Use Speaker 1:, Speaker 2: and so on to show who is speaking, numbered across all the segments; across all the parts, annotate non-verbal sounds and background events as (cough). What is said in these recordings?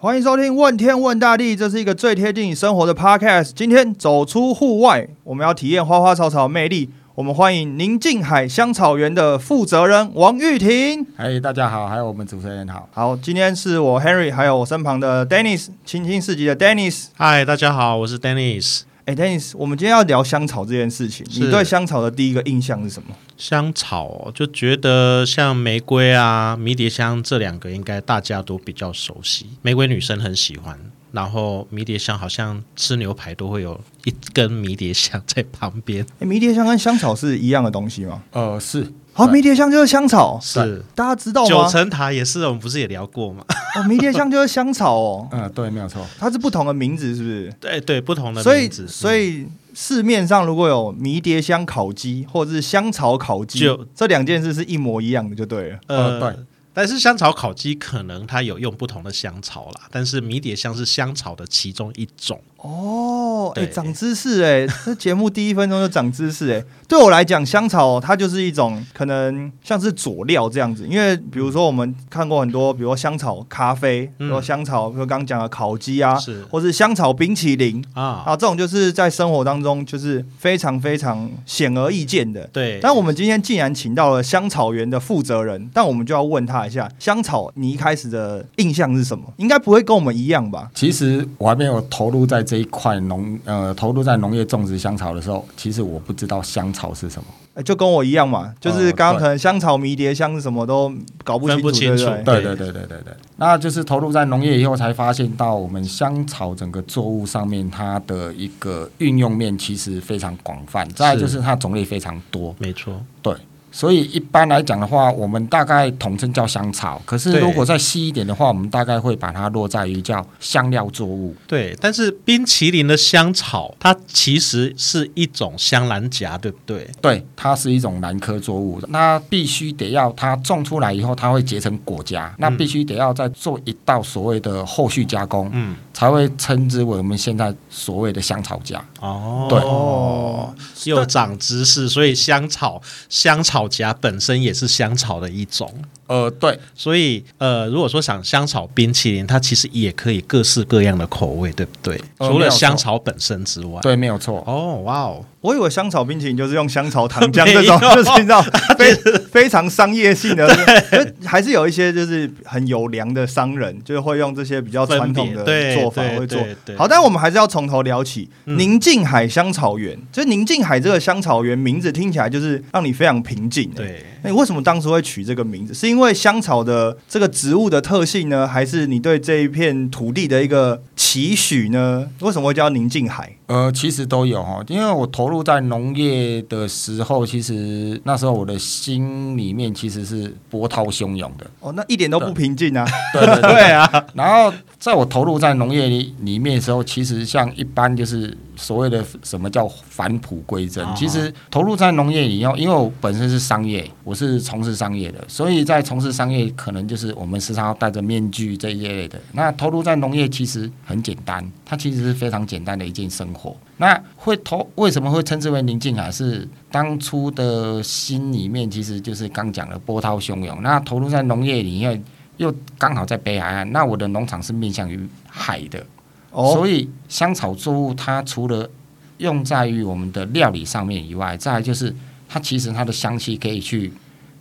Speaker 1: 欢迎收听《问天问大地》，这是一个最贴近你生活的 podcast。今天走出户外，我们要体验花花草草魅力。我们欢迎宁静海香草园的负责人王玉婷。
Speaker 2: 嗨哎大家好，还有我们主持人好。
Speaker 1: 好，今天是我 Henry，还有我身旁的 Dennis，青青市集的 Dennis。
Speaker 3: 嗨，大家好，我是 Dennis。
Speaker 1: 哎，Dennis，我们今天要聊香草这件事情，
Speaker 3: 是
Speaker 1: 你对香草的第一个印象是什么？
Speaker 3: 香草哦就觉得像玫瑰啊、迷迭香这两个应该大家都比较熟悉，玫瑰女生很喜欢，然后迷迭香好像吃牛排都会有一根迷迭香在旁边，
Speaker 1: 哎，迷迭香跟香草是一样的东西吗？
Speaker 2: 呃，是
Speaker 1: 好，
Speaker 2: 对
Speaker 1: 迷迭香就是香草，
Speaker 3: 是
Speaker 1: 大家知道
Speaker 3: 九
Speaker 1: 吗？
Speaker 3: 层塔也是，我们不是也聊过吗？ (laughs)
Speaker 1: 哦，迷迭香就是香草哦，
Speaker 2: 嗯、对，没有错。
Speaker 1: 它是不同的名字，是不是？
Speaker 3: 对对，不同的
Speaker 1: 所以
Speaker 3: 名字，嗯
Speaker 1: 所以市面上如果有迷迭香烤鸡或者是香草烤鸡
Speaker 3: 就，
Speaker 1: 这两件事是一模一样的，就对了。
Speaker 3: 呃，
Speaker 2: 哦对
Speaker 3: 但是香草烤鸡可能它有用不同的香草啦，但是迷迭香是香草的其中一种。
Speaker 1: 哦，哎、
Speaker 3: 对
Speaker 1: 长知识哎、 (laughs) 这节目第一分钟就长知识哎、对我来讲，香草它就是一种可能像是佐料这样子，因为比如说我们看过很多，比如说香草咖啡，比如说
Speaker 3: 嗯
Speaker 1: 香草，比如刚刚讲的烤鸡啊，
Speaker 3: 是
Speaker 1: 或是香草冰淇淋
Speaker 3: 啊，
Speaker 1: 啊，这种就是在生活当中就是非常非常显而易见的。
Speaker 3: 对，
Speaker 1: 但我们今天既然请到了香草园的负责人，但我们就要问他一下，香草你一开始的印象是什么？应该不会跟我们一样吧？
Speaker 2: 其实我还没有投入在这一块农呃投入在农业种植香草的时候，其实我不知道香草是什么。
Speaker 1: 呃就跟我一样嘛，就是
Speaker 2: 哦
Speaker 1: 刚刚
Speaker 2: 对
Speaker 1: 可能香草迷迭香是什么都搞不清
Speaker 3: 分
Speaker 1: 楚，
Speaker 3: 不清楚
Speaker 1: 对不对？
Speaker 2: 对
Speaker 3: 对
Speaker 2: 对对对对对，那就是投入在农业以后，才发现到我们香草整个作物上面它的一个运用面其实非常广泛，再来就是它种类非常多。
Speaker 3: 没错，
Speaker 2: 对，所以一般来讲的话，我们大概统称叫香草，可是
Speaker 3: 对
Speaker 2: 如果再细一点的话，我们大概会把它落在于叫香料作物。
Speaker 3: 对。但是冰淇淋的香草，它其实是一种香兰荚，对不对？
Speaker 2: 对，它是一种兰科作物，那必须得要它种出来以后，它会结成果荚，那必须得要再做一道所谓的后续加工，
Speaker 3: 嗯，
Speaker 2: 才会称之为我们现在所谓的香草荚。
Speaker 3: 哦，对，又长知识。所以香草香草荚本身也是香草的一种。
Speaker 2: 呃，对，
Speaker 3: 所以，呃，如果说想香草冰淇淋，它其实也可以各式各样的口味，对不对？
Speaker 1: 哦
Speaker 2: 呃
Speaker 3: 除
Speaker 2: 没
Speaker 3: 了
Speaker 2: 有错
Speaker 3: 香草本身之外，
Speaker 2: 对，没有错。
Speaker 3: 哦，哇哦，
Speaker 1: 我以为香草冰淇淋就是用香草糖浆
Speaker 3: (laughs) 没有
Speaker 1: 这种，就是你知道非非常商业性的，就还是有一些就是很有良的商人，就是会用这些比较传统的
Speaker 3: 分别对
Speaker 1: 做法
Speaker 3: 对
Speaker 1: 会做
Speaker 3: 对对。
Speaker 1: 好，但我们还是要从头聊起
Speaker 3: 嗯
Speaker 1: 宁静海香草园。就宁静海这个香草园名字听起来就是让你非常平静。，
Speaker 3: 对，
Speaker 1: 那你为什么当初会取这个名字？是因为香草的这个植物的特性呢，还是你对这一片土地的一个期许呢？为什么会叫宁静海？
Speaker 2: 呃，其实都有哈，因为我投入在农业的时候，其实那时候我的心里面其实是波涛汹涌的。
Speaker 1: 哦，那一点都不平静啊！
Speaker 2: 对对
Speaker 1: (laughs)
Speaker 2: 对。
Speaker 3: 对啊，
Speaker 2: 然后在我投入在农业里里面的时候，其实像一般就是所谓的什么叫返璞归真
Speaker 3: 啊。哈
Speaker 2: 其实投入在农业以后，因为我本身是商业，我是从事商业的，所以在从事商业可能就是我们时常要戴着面具这一类的。那投入在农业其实很简单，它其实是非常简单的一件生活。那会投为什么会称之为宁静海？是当初的心里面其实就是刚讲的波涛汹涌。那投入在农业里面。又刚好在北海岸，那我的农场是面向于海的，
Speaker 1: 哦，
Speaker 2: 所以香草作物它除了用在于我们的料理上面以外，再来就是它其实它的香气可以去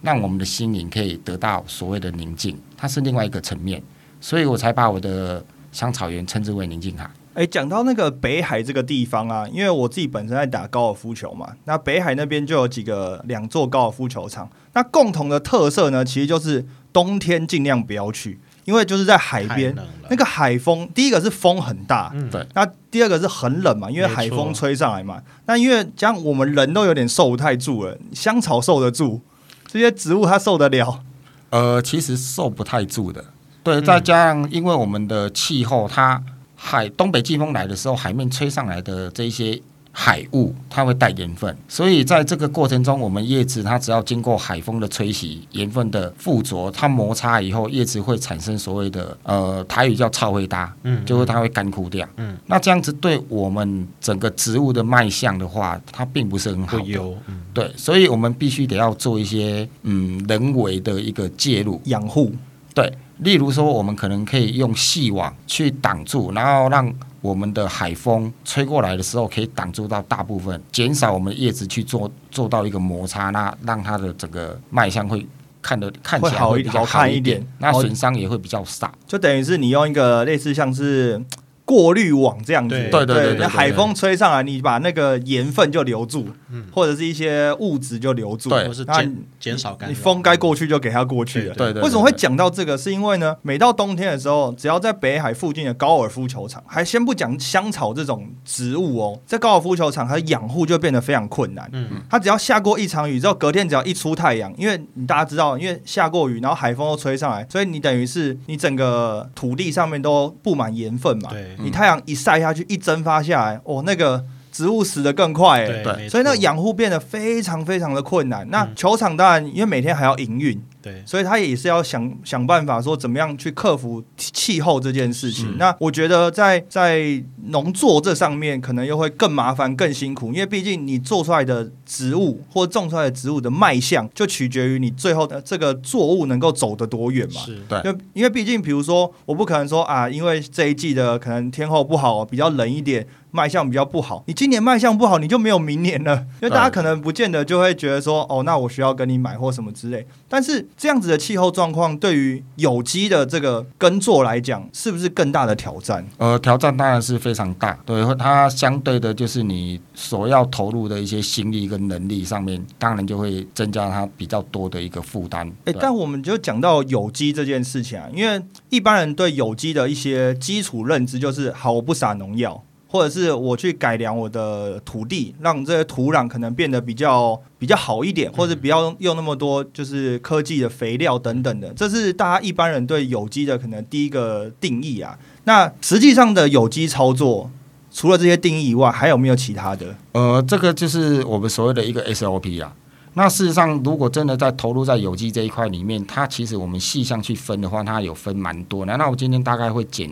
Speaker 2: 让我们的心灵可以得到所谓的宁静，它是另外一个层面，所以我才把我的香草园称之为宁静海。
Speaker 1: 哎，讲到那个北海这个地方啊，因为我自己本身在打高尔夫球嘛，那北海那边就有几个两座高尔夫球场，那共同的特色呢，其实就是冬天尽量不要去，因为就是在海边
Speaker 3: 太，冷了
Speaker 1: 那个海风，第一个是风很大，
Speaker 3: 嗯
Speaker 2: 对
Speaker 1: 那第二个是很冷嘛，因为海风吹上来嘛。那因为这样我们人都有点受不太住了，香草受得住，这些植物它受得了。
Speaker 2: 呃，其实受不太住的。对，再加上因为我们的气候，它海东北季风来的时候，海面吹上来的这一些海雾，它会带盐分，所以在这个过程中，我们叶子它只要经过海风的吹袭，盐分的附着，它摩擦以后，叶子会产生所谓的呃台语叫超灰搭，
Speaker 3: 嗯
Speaker 2: 就会它会干枯掉。
Speaker 3: 嗯，
Speaker 2: 那这样子对我们整个植物的卖相的话，它并不是很好
Speaker 3: 不
Speaker 2: 的。
Speaker 3: 优，嗯
Speaker 2: 对，所以我们必须得要做一些嗯人为的一个介入。
Speaker 1: 养护
Speaker 2: 对，例如说，我们可能可以用细网去挡住，然后让我们的海风吹过来的时候，可以挡住到大部分，减少我们叶子去做做到一个摩擦，那让它的整个卖相会看的看起
Speaker 1: 会
Speaker 2: 来
Speaker 1: 好一
Speaker 2: 会比较
Speaker 1: 好看
Speaker 2: 一
Speaker 1: 一点
Speaker 2: 那
Speaker 1: 好
Speaker 2: 损伤也会比较少。
Speaker 1: 就等于是你用一个类似像是过滤网这样子，
Speaker 3: 对
Speaker 2: 对对对对
Speaker 1: 那
Speaker 2: 对
Speaker 1: 海风吹上来，你把那个盐分就留住，或者是一些物质就留住，
Speaker 2: 对
Speaker 3: 嗯或是
Speaker 1: 哎那
Speaker 3: 减减少干
Speaker 1: 你
Speaker 3: 扰。
Speaker 1: 风该过去就给它过去了。
Speaker 3: 对
Speaker 2: 对对，
Speaker 1: 为什么会
Speaker 2: 对
Speaker 1: 讲到这个？是因为呢，每到冬天的时候，只要在北海附近的高尔夫球场，还先不讲香草这种植物哦，在高尔夫球场它的养护就变得非常困难。
Speaker 3: 嗯，
Speaker 1: 它只要下过一场雨之后，隔天只要一出太阳，因为你大家知道，因为下过雨，然后海风又吹上来，所以你等于是你整个土地上面都布满盐分嘛。
Speaker 3: 对
Speaker 1: 你太阳一晒下去，一蒸发下来，哦，那个植物死得更快、欸。
Speaker 2: 对
Speaker 3: 没
Speaker 1: 所以那
Speaker 3: 错
Speaker 1: 个养护变得非常非常的困难。那
Speaker 3: 嗯
Speaker 1: 球场当然因为每天还要营运，
Speaker 3: 对
Speaker 1: 所以他也是要想想办法说怎么样去克服气气候这件事情
Speaker 2: 是。
Speaker 1: 那我觉得在在农作这上面，可能又会更麻烦、更辛苦，因为毕竟你做出来的植物或种出来的植物的卖相，就取决于你最后的这个作物能够走得多远嘛。
Speaker 3: 是
Speaker 2: 对
Speaker 1: 就因为毕竟，比如说，我不可能说啊，因为这一季的可能天候不好，比较冷一点，卖相比较不好。你今年卖相不好，你就没有明年了，因为大家
Speaker 2: 对
Speaker 1: 可能不见得就会觉得说，哦，那我需要跟你买或什么之类。但是这样子的气候状况，对于有机的这个耕作来讲，是不是更大的挑战？
Speaker 2: 呃，挑战当然是非常大，对，它相对的就是你所要投入的一些心力跟能力上面，当然就会增加它比较多的一个负担。
Speaker 1: 诶，
Speaker 2: 对
Speaker 1: 但我们就讲到有机这件事情啊，因为一般人对有机的一些基础认知就是，好，我不撒农药，或者是我去改良我的土地，让这些土壤可能变得比较比较好一点，或者不要用那么多就是科技的肥料等等的，这是大家一般人对有机的可能第一个定义啊。那实际上的有机操作，除了这些定义以外，还有没有其他的？
Speaker 2: 呃，这个就是我们所谓的一个 SOP 啦。啊那事实上，如果真的在投入在有机这一块里面，它其实我们细项去分的话，它有分蛮多的。那我今天大概会简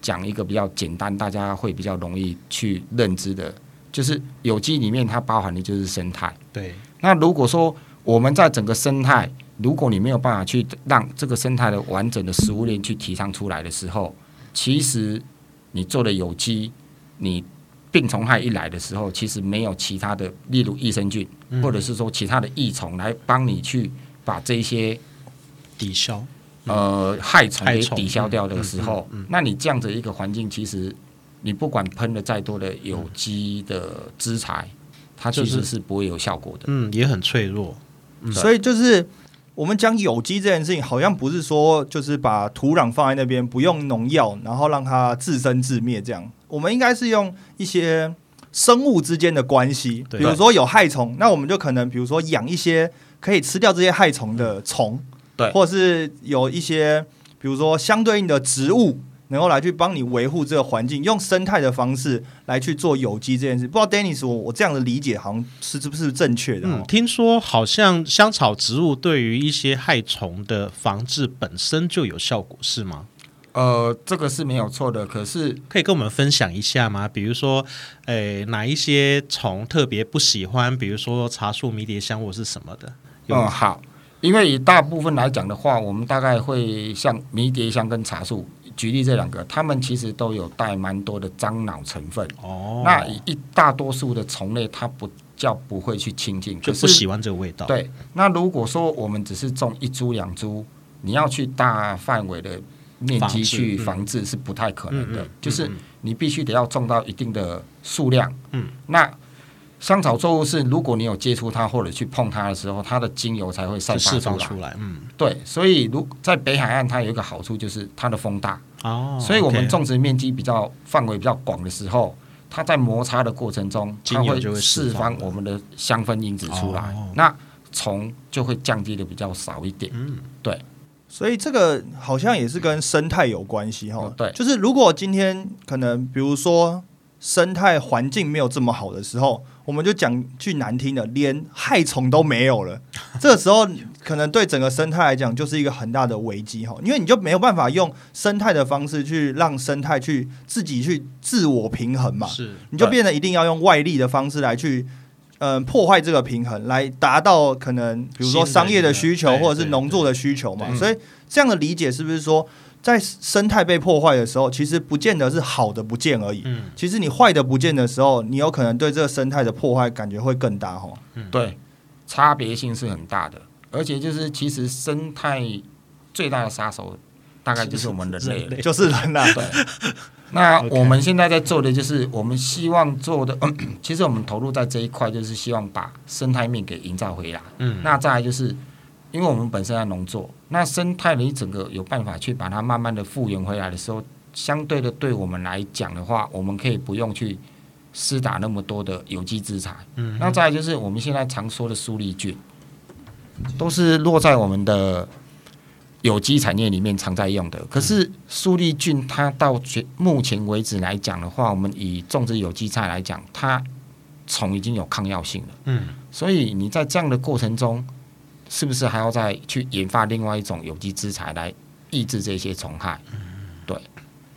Speaker 2: 讲一个比较简单，大家会比较容易去认知的，就是有机里面它包含的就是生态。
Speaker 3: 对
Speaker 2: 那如果说我们在整个生态，如果你没有办法去让这个生态的完整的食物链去提倡出来的时候，其实你做的有机，你病虫害一来的时候，其实没有其他的，例如益生菌，
Speaker 3: 嗯
Speaker 2: 或者是说其他的益虫来帮你去把这些
Speaker 3: 抵消，
Speaker 2: 呃害虫
Speaker 3: 害
Speaker 2: 给
Speaker 3: 虫
Speaker 2: 抵消掉的时候，
Speaker 3: 嗯
Speaker 2: 那你这样的一个环境，其实你不管喷了再多的有机的资材，它其
Speaker 3: 就
Speaker 2: 实
Speaker 3: 是
Speaker 2: 是不会有效果的。
Speaker 3: 嗯，也很脆弱，嗯
Speaker 1: 所以就是我们讲有机这件事情，好像不是说就是把土壤放在那边，不用农药，然后让它自生自灭这样。我们应该是用一些生物之间的关系，
Speaker 3: 对
Speaker 1: 比如说有害虫，那我们就可能比如说养一些可以吃掉这些害虫的虫，
Speaker 2: 对
Speaker 1: 或是有一些比如说相对应的植物。能够来去帮你维护这个环境，用生态的方式来去做有机这件事。不知道 Dennis，我我这样的理解好像是是不是正确的、哦
Speaker 3: 嗯，听说好像香草植物对于一些害虫的防治本身就有效果，是吗？
Speaker 2: 呃，这个是没有错的，可是
Speaker 3: 可以跟我们分享一下吗？比如说，诶、哪一些虫特别不喜欢？比如说茶树迷迭香或是什么的？有
Speaker 2: 嗯好，因为以大部分来讲的话，我们大概会像迷迭香跟茶树，举例这两个，它们其实都有带蛮多的樟脑成分。
Speaker 3: 哦，
Speaker 2: 那以一大多数的虫类，它不叫不会去亲近，
Speaker 3: 就
Speaker 2: 可
Speaker 3: 不
Speaker 2: 是
Speaker 3: 喜欢这个味道。，
Speaker 2: 对，那如果说我们只是种一株两株，你要去大范围的面积去
Speaker 3: 防
Speaker 2: 防治是不太可能的，
Speaker 3: 嗯嗯嗯
Speaker 2: 就是
Speaker 3: 嗯
Speaker 2: 你必须得要种到一定的数量。
Speaker 3: 嗯，
Speaker 2: 那香草作物是，如果你有接触它或者去碰它的时候，它的精油才会散
Speaker 3: 就
Speaker 2: 发
Speaker 3: 释放
Speaker 2: 出来。
Speaker 3: 出来。嗯，
Speaker 2: 对，所以如在北海岸，它有一个好处就是它的风大，
Speaker 3: 哦，
Speaker 2: 所以我们
Speaker 3: OK
Speaker 2: 种植面积比较范围比较广的时候，它在摩擦的过程中，它
Speaker 3: 精油
Speaker 2: 会
Speaker 3: 就会释
Speaker 2: 释
Speaker 3: 放
Speaker 2: 放我们的香氛因子出来，
Speaker 3: 哦
Speaker 2: 那虫就会降低的比较少一点。
Speaker 3: 嗯，
Speaker 1: 所以这个好像也是跟生态有关系哈、
Speaker 2: 嗯对
Speaker 1: 就是如果今天可能比如说生态环境没有这么好的时候，我们就讲句难听的，连害虫都没有了，这个时候可能对整个生态来讲就是一个很大的危机哈，因为你就没有办法用生态的方式去让生态去自己去自我平衡嘛，
Speaker 3: 是
Speaker 1: 你就变得一定要用外力的方式来去嗯、破坏这个平衡，来达到可能比如说商业的需求
Speaker 3: 新的一个
Speaker 1: 或者是农作的需求嘛。
Speaker 2: 对对对
Speaker 1: 所以这样的理解是不是说，在生态被破坏的时候，其实不见得是好的不见而已。
Speaker 3: 嗯，
Speaker 1: 其实你坏的不见的时候，你有可能对这个生态的破坏感觉会更大吼。
Speaker 3: 嗯
Speaker 2: 对，差别性是很大的，而且就是其实生态最大的杀手大概就是我们人类了。
Speaker 1: 就是人啊呐、
Speaker 3: (laughs)
Speaker 2: 对，那
Speaker 3: OK
Speaker 2: 我们现在在做的就是，我们希望做的， (clears throat) 其实我们投入在这一块，就是希望把生态面给营造回来。
Speaker 3: 嗯
Speaker 2: 那再来就是，因为我们本身在农作，那生态的一整个有办法去把它慢慢的复原回来的时候，相对的对我们来讲的话，我们可以不用去施打那么多的有机制裁。
Speaker 3: 嗯
Speaker 2: 那再来就是我们现在常说的苏力菌，都是落在我们的有机产业里面常在用的。可是苏力菌它到全目前为止来讲的话，我们以种植有机菜来讲，它虫已经有抗药性了。
Speaker 3: 嗯，
Speaker 2: 所以你在这样的过程中，是不是还要再去研发另外一种有机制材来抑制这些虫害？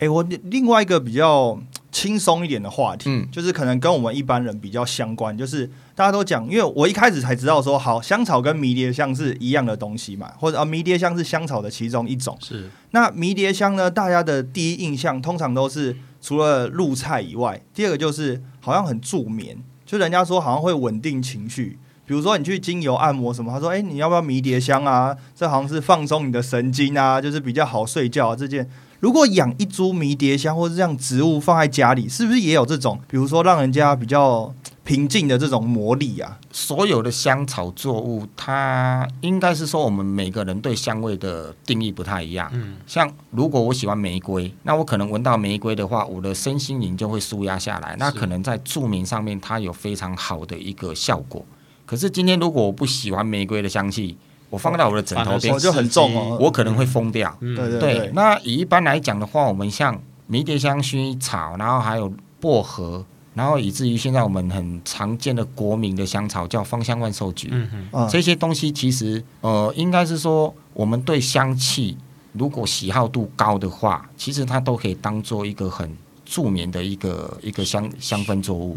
Speaker 1: 诶，我另另外一个比较轻松一点的话题，
Speaker 2: 嗯
Speaker 1: 就是可能跟我们一般人比较相关，就是大家都讲，因为我一开始才知道说，好，香草跟迷迭香是一样的东西嘛，或者啊，迷迭香是香草的其中一种。
Speaker 3: 是
Speaker 1: 那迷迭香呢，大家的第一印象通常都是除了入菜以外，第二个就是好像很助眠，就人家说好像会稳定情绪。比如说你去精油按摩什么，他说：“哎、你要不要迷迭香啊？这好像是放松你的神经啊，就是比较好睡觉啊。”这件如果养一株迷迭香或是让植物放在家里，是不是也有这种，比如说让人家比较平静的这种魔力啊？
Speaker 2: 所有的香草作物，它应该是说我们每个人对香味的定义不太一样。嗯，像如果我喜欢玫瑰，那我可能闻到玫瑰的话，我的身心灵就会舒压下来。那可能在助眠上面，它有非常好的一个效果。可是今天如果我不喜欢玫瑰的香气，我放到我的枕头边
Speaker 1: 哦，就很重哦
Speaker 2: 我可能会疯掉。
Speaker 3: 嗯
Speaker 1: 对对
Speaker 2: 对，那以一般来讲的话，我们像迷迭香、薰衣草，然后还有薄荷，然后以至于现在我们很常见的国民的香草叫芳香万寿菊，
Speaker 3: 嗯哼，
Speaker 1: 嗯，
Speaker 2: 这些东西其实呃，应该是说我们对香气如果喜好度高的话，其实它都可以当做一个很助眠的一个一个香香氛作物。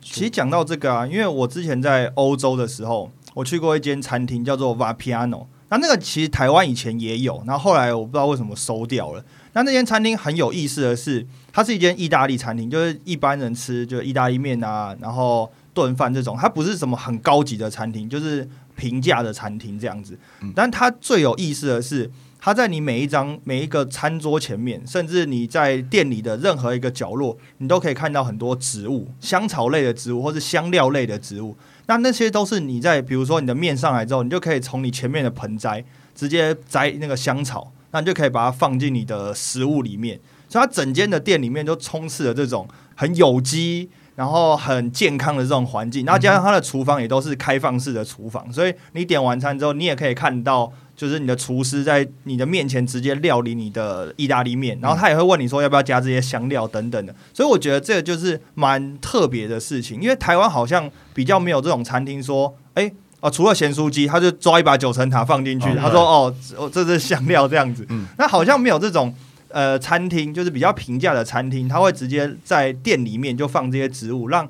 Speaker 1: 其实讲到这个啊，因为我之前在欧洲的时候，我去过一间餐厅叫做 Vapiano，那那个其实台湾以前也有，然后后来我不知道为什么收掉了。那那间餐厅很有意思的是，它是一间意大利餐厅，就是一般人吃就意大利面啊，然后炖饭这种，它不是什么很高级的餐厅，就是平价的餐厅这样子。但它最有意思的是，它在你每一张每一个餐桌前面，甚至你在店里的任何一个角落，你都可以看到很多植物，香草类的植物或是香料类的植物。那那些都是你在比如说你的面上来之后，你就可以从你前面的盆栽直接摘那个香草，那你就可以把它放进你的食物里面。所以它整间的店里面都充斥了这种很有机。然后很健康的这种环境，然后加上它的厨房也都是开放式的厨房，所以你点完餐之后，你也可以看到就是你的厨师在你的面前直接料理你的意大利面，然后他也会问你说要不要加这些香料等等的，所以我觉得这个就是蛮特别的事情，因为台湾好像比较没有这种餐厅说，哎、啊，除了咸酥鸡，他就抓一把九层塔放进去，
Speaker 2: 哦
Speaker 1: 他说哦，哦，这是香料这样子，那好像没有这种。呃，餐厅就是比较平价的餐厅，他会直接在店里面就放这些植物，让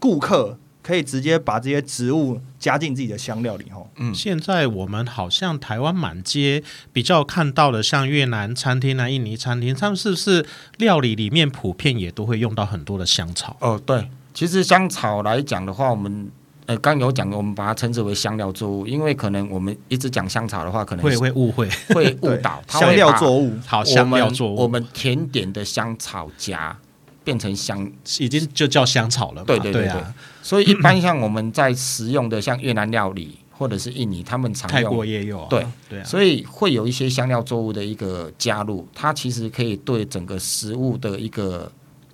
Speaker 1: 顾客可以直接把这些植物加进自己的香料里吼。
Speaker 2: 嗯
Speaker 3: 现在我们好像台湾满街比较看到的，像越南餐厅啊、印尼餐厅，他们是不是料理里面普遍也都会用到很多的香草？
Speaker 2: 哦，对，其实香草来讲的话，我们呃刚有讲，我们把它称之为香料作物，因为可能我们一直讲香草的话，可能
Speaker 3: 会会误会，
Speaker 2: (laughs) 会误
Speaker 1: 对
Speaker 2: 导，它会
Speaker 1: 香料
Speaker 2: 把
Speaker 1: 作物，
Speaker 3: 好香料作
Speaker 2: 我
Speaker 3: 物
Speaker 2: 们我们甜点的香草荚变成香，
Speaker 3: 已经就叫香草了嘛？
Speaker 2: 对
Speaker 3: 对
Speaker 2: 对对
Speaker 3: 啊，
Speaker 2: 所以一般像我们在食用的，像越南料理或者是印尼，他们常
Speaker 3: 泰
Speaker 2: 用
Speaker 3: 国，也有啊，
Speaker 2: 对
Speaker 3: 对啊，
Speaker 2: 所以会有一些香料作物的一个加入，它其实可以对整个食物的一个、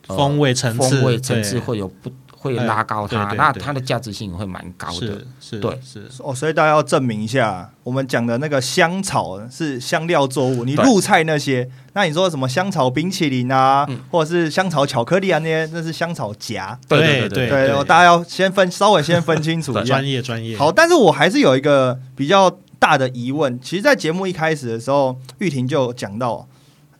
Speaker 2: 呃
Speaker 3: 风味层次，
Speaker 2: 风味层次
Speaker 3: 对哎
Speaker 2: 会有不会拉高它，
Speaker 3: 对对
Speaker 2: 那
Speaker 3: 对
Speaker 2: 它的价值性会蛮高的
Speaker 3: 是。是，
Speaker 2: 对
Speaker 3: 是
Speaker 1: 哦，所以大家要证明一下，我们讲的那个香草是香料作物，你
Speaker 2: 对
Speaker 1: 入菜那些，那你说什么香草冰淇淋啊，
Speaker 2: 嗯
Speaker 1: 或者是香草巧克力啊那些，那是香草荚。
Speaker 2: 对
Speaker 3: 对
Speaker 2: 对对
Speaker 1: 对，我大家要先分稍微先分清楚一下
Speaker 3: 专。业专业，
Speaker 1: 好，但是我还是有一个比较大的疑问，其实，在节目一开始的时候，玉婷就有讲到，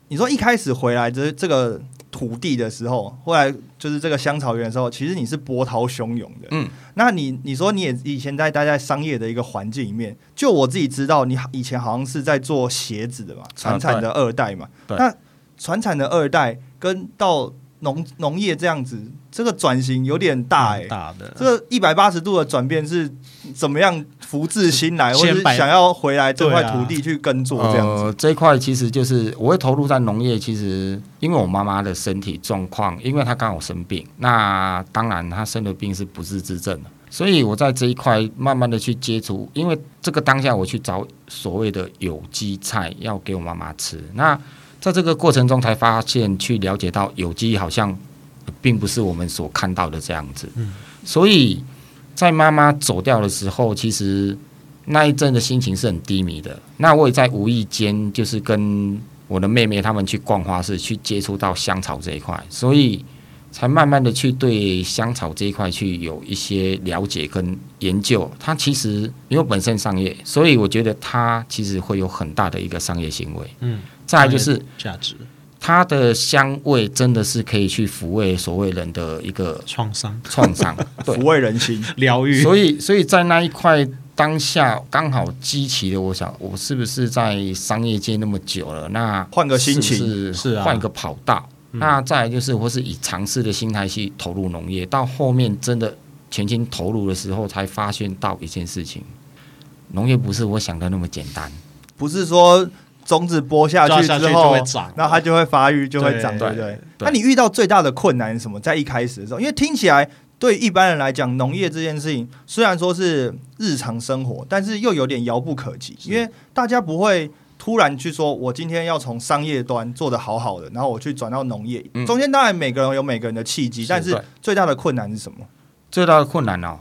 Speaker 1: 你说一开始回来这这个土地的时候，后来就是这个香草园的时候，其实你是波涛汹涌的，
Speaker 2: 嗯，
Speaker 1: 那你你说你也以前在待在商业的一个环境里面，就我自己知道，你以前好像是在做鞋子的嘛，传产的二代嘛。
Speaker 2: 啊对
Speaker 1: 那传产的二代跟到农农业这样子，这个转型有点大哎、
Speaker 3: 蛮大的，
Speaker 1: 这一百八十度的转变是怎么样扶植新来，或
Speaker 3: 先
Speaker 1: 者是
Speaker 3: 摆
Speaker 1: 想要回来这块
Speaker 3: 对啊
Speaker 1: 土地去耕作这样子？
Speaker 2: 呃，这一块其实就是我会投入在农业，其实因为我妈妈的身体状况，因为她刚好生病，那当然她生的病是不治之症的，所以我在这一块慢慢的去接触，因为这个当下我去找所谓的有机菜要给我妈妈吃，那在这个过程中才发现去了解到有机好像并不是我们所看到的这样子，所以在妈妈走掉的时候，其实那一阵的心情是很低迷的。那我也在无意间就是跟我的妹妹她们去逛花市，去接触到香草这一块，所以才慢慢的去对香草这一块去有一些了解跟研究。它其实因为本身商业，所以我觉得它其实会有很大的一个商业行为。
Speaker 3: 嗯，
Speaker 2: 再来就是
Speaker 3: 价值
Speaker 2: 它的香味真的是可以去抚慰所谓人的一个
Speaker 3: 创伤
Speaker 2: 创伤，对
Speaker 1: 抚，慰人心，
Speaker 3: 疗愈，
Speaker 2: 所以，所以在那一块当下刚好激起了我想，我是不是在商业界那么久了？那
Speaker 1: 换个心情
Speaker 2: 是不
Speaker 3: 是啊嗯
Speaker 2: 换个跑道。那再来就是，我是以尝试的心态去投入农业，到后面真的全心投入的时候，才发现到一件事情：农业不是我想的那么简单。
Speaker 1: 不是说种子播下
Speaker 3: 抓
Speaker 1: 去
Speaker 3: 下
Speaker 1: 之
Speaker 3: 去就
Speaker 1: 后
Speaker 3: 会，长，
Speaker 1: 那它就会发育，就会长，
Speaker 3: 对
Speaker 1: 对不对？那
Speaker 2: 对
Speaker 1: 你遇到最大的困难是什么？在一开始的时候，因为听起来对一般人来讲，农业这件事情虽然说是日常生活，但是又有点遥不可及，因为大家不会。突然去说，我今天要从商业端做得好好的，然后我去转到农业，
Speaker 2: 嗯
Speaker 1: 中间当然每个人有每个人的契机，但是
Speaker 2: 对
Speaker 1: 最大的困难是什么？
Speaker 2: 最大的困难哦，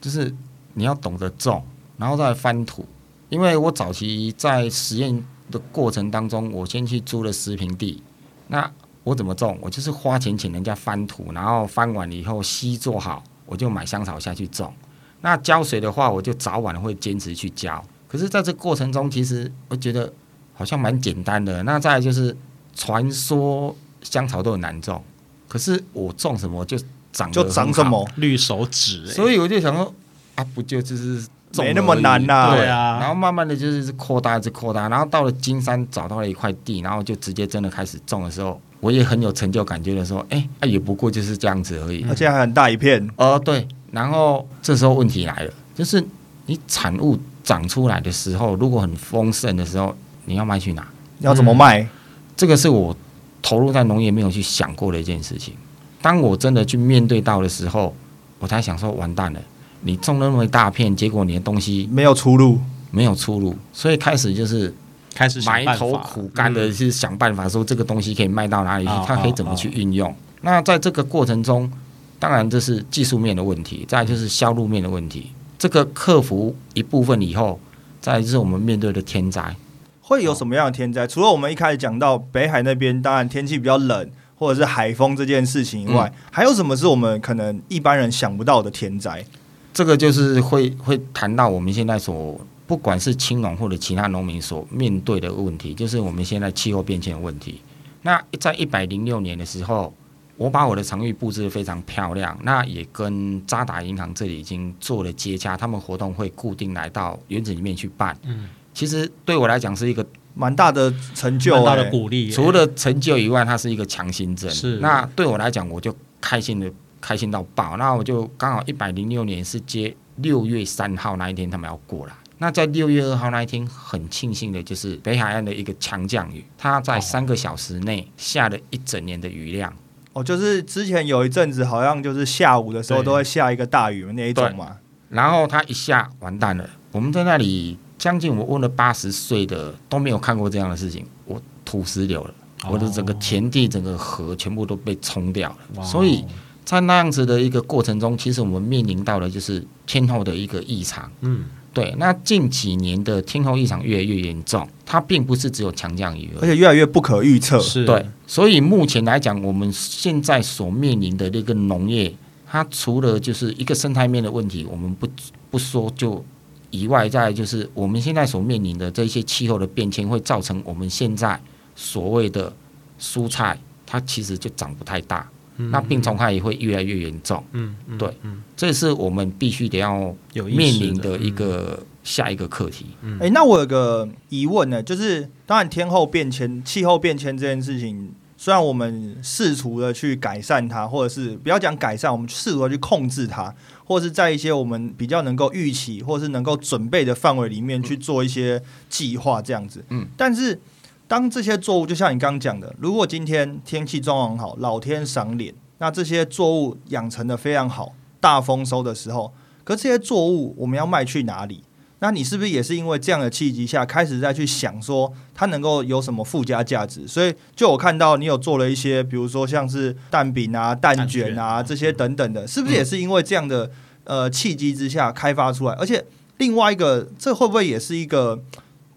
Speaker 2: 就是你要懂得种，然后再来翻土。因为我早期在实验的过程当中，我先去租了十平地，那我怎么种？我就是花钱请人家翻土，然后翻完以后吸做好，我就买香草下去种。那浇水的话，我就早晚会坚持去浇。可是，在这过程中，其实我觉得好像蛮简单的。那再来就是，传说香草都很难种，可是我种什么就长得
Speaker 1: 就长
Speaker 2: 很
Speaker 1: 什
Speaker 2: 好
Speaker 1: 么？
Speaker 3: 绿手指，
Speaker 2: 所以我就想说，啊，不就就是种
Speaker 1: 没那么难呐
Speaker 2: 而已
Speaker 3: 对啊
Speaker 2: 然后慢慢的就是扩大，一直扩大，然后到了金山找到了一块地，然后就直接真的开始种的时候，我也很有成就感，觉得说，哎、啊，也不过就是这样子而已。
Speaker 1: 而且还很大一片，
Speaker 2: 哦，对，然后这时候问题来了，就是你产物长出来的时候，如果很丰盛的时候，你要卖去哪？
Speaker 1: 你要怎么卖？
Speaker 2: 嗯这个是我投入在农业没有去想过的一件事情。当我真的去面对到的时候，我才想说完蛋了，你种了那么一大片，结果你的东西
Speaker 1: 没有出路，
Speaker 2: 没有出路，所以开始就是
Speaker 3: 哎开始想
Speaker 2: 埋
Speaker 3: 办法
Speaker 2: 头苦干的
Speaker 3: 嗯
Speaker 2: 去想办法，说这个东西可以卖到哪里去
Speaker 3: 啊，
Speaker 2: 它可以怎么去运用。那在这个过程中，当然这是技术面的问题，再来就是销路面的问题。这个克服一部分以后，再来就是我们面对的天灾，
Speaker 1: 会有什么样的天灾？除了我们一开始讲到北海那边，当然天气比较冷，或者是海风这件事情以外，
Speaker 3: 嗯
Speaker 1: 还有什么是我们可能一般人想不到的天灾？
Speaker 2: 这个就是会会谈到我们现在所不管是青农或者其他农民所面对的问题，就是我们现在气候变迁的问题。那在一百零六年的时候，我把我的场域布置得非常漂亮，那也跟渣打银行这里已经做了接洽，他们活动会固定来到园子里面去办。
Speaker 3: 嗯，
Speaker 2: 其实对我来讲是一个
Speaker 1: 蛮大的成就、
Speaker 3: 蛮
Speaker 1: 欸，
Speaker 3: 大的鼓励耶，哎
Speaker 2: 除了成就以外，它是一个强心针。
Speaker 3: 是
Speaker 2: 那对我来讲，我就开心的开心到爆。那我就刚好一百零六年是接六月三号那一天，他们要过来。那在六月二号那一天，很庆幸的就是北海岸的一个强降雨，它在三个小时内下了一整年的雨量。
Speaker 1: 哦，就是之前有一阵子好像就是下午的时候
Speaker 3: 对
Speaker 1: 都会下一个大雨那一种嘛，
Speaker 2: 然后它一下完蛋了，我们在那里将近我问了八十岁的都没有看过这样的事情，我土石流了，
Speaker 3: 哦
Speaker 2: 我的整个田地、整个河全部都被冲掉了，
Speaker 3: 哇哦
Speaker 2: 所以。在那样子的一个过程中，其实我们面临到的就是天候的一个异常。
Speaker 3: 嗯，
Speaker 2: 对，那近几年的天候异常越来越严重，它并不是只有强降雨
Speaker 1: 而
Speaker 2: 而已。
Speaker 1: 且越来越不可预测。
Speaker 3: 是
Speaker 2: 对，所以目前来讲，我们现在所面临的那个农业，它除了就是一个生态面的问题，我们不不说就以外，再来就是我们现在所面临的这些气候的变迁，会造成我们现在所谓的蔬菜，它其实就长不太大。那病虫害也会越来越严重。
Speaker 3: 嗯，嗯
Speaker 2: 对，
Speaker 3: 嗯，
Speaker 2: 这是我们必须得要
Speaker 3: 有意识嗯
Speaker 2: 面临
Speaker 3: 的
Speaker 2: 的一个下一个课题。
Speaker 1: 哎、那我有个疑问呢，就是当然天候变迁、气候变迁这件事情，虽然我们试图的去改善它，或者是不要讲改善，我们试图地去控制它，或者是在一些我们比较能够预期或是能够准备的范围里面去做一些计划这样子。
Speaker 2: 嗯，
Speaker 1: 但是当这些作物，就像你刚刚讲的，如果今天天气状况好，老天赏脸，那这些作物养成的非常好，大丰收的时候，可这些作物我们要卖去哪里？那你是不是也是因为这样的契机下，开始再去想说它能够有什么附加价值？所以就我看到你有做了一些，比如说像是蛋饼啊、蛋卷啊这些等等的，是不是也是因为这样的呃契机之下开发出来？而且另外一个，这会不会也是一个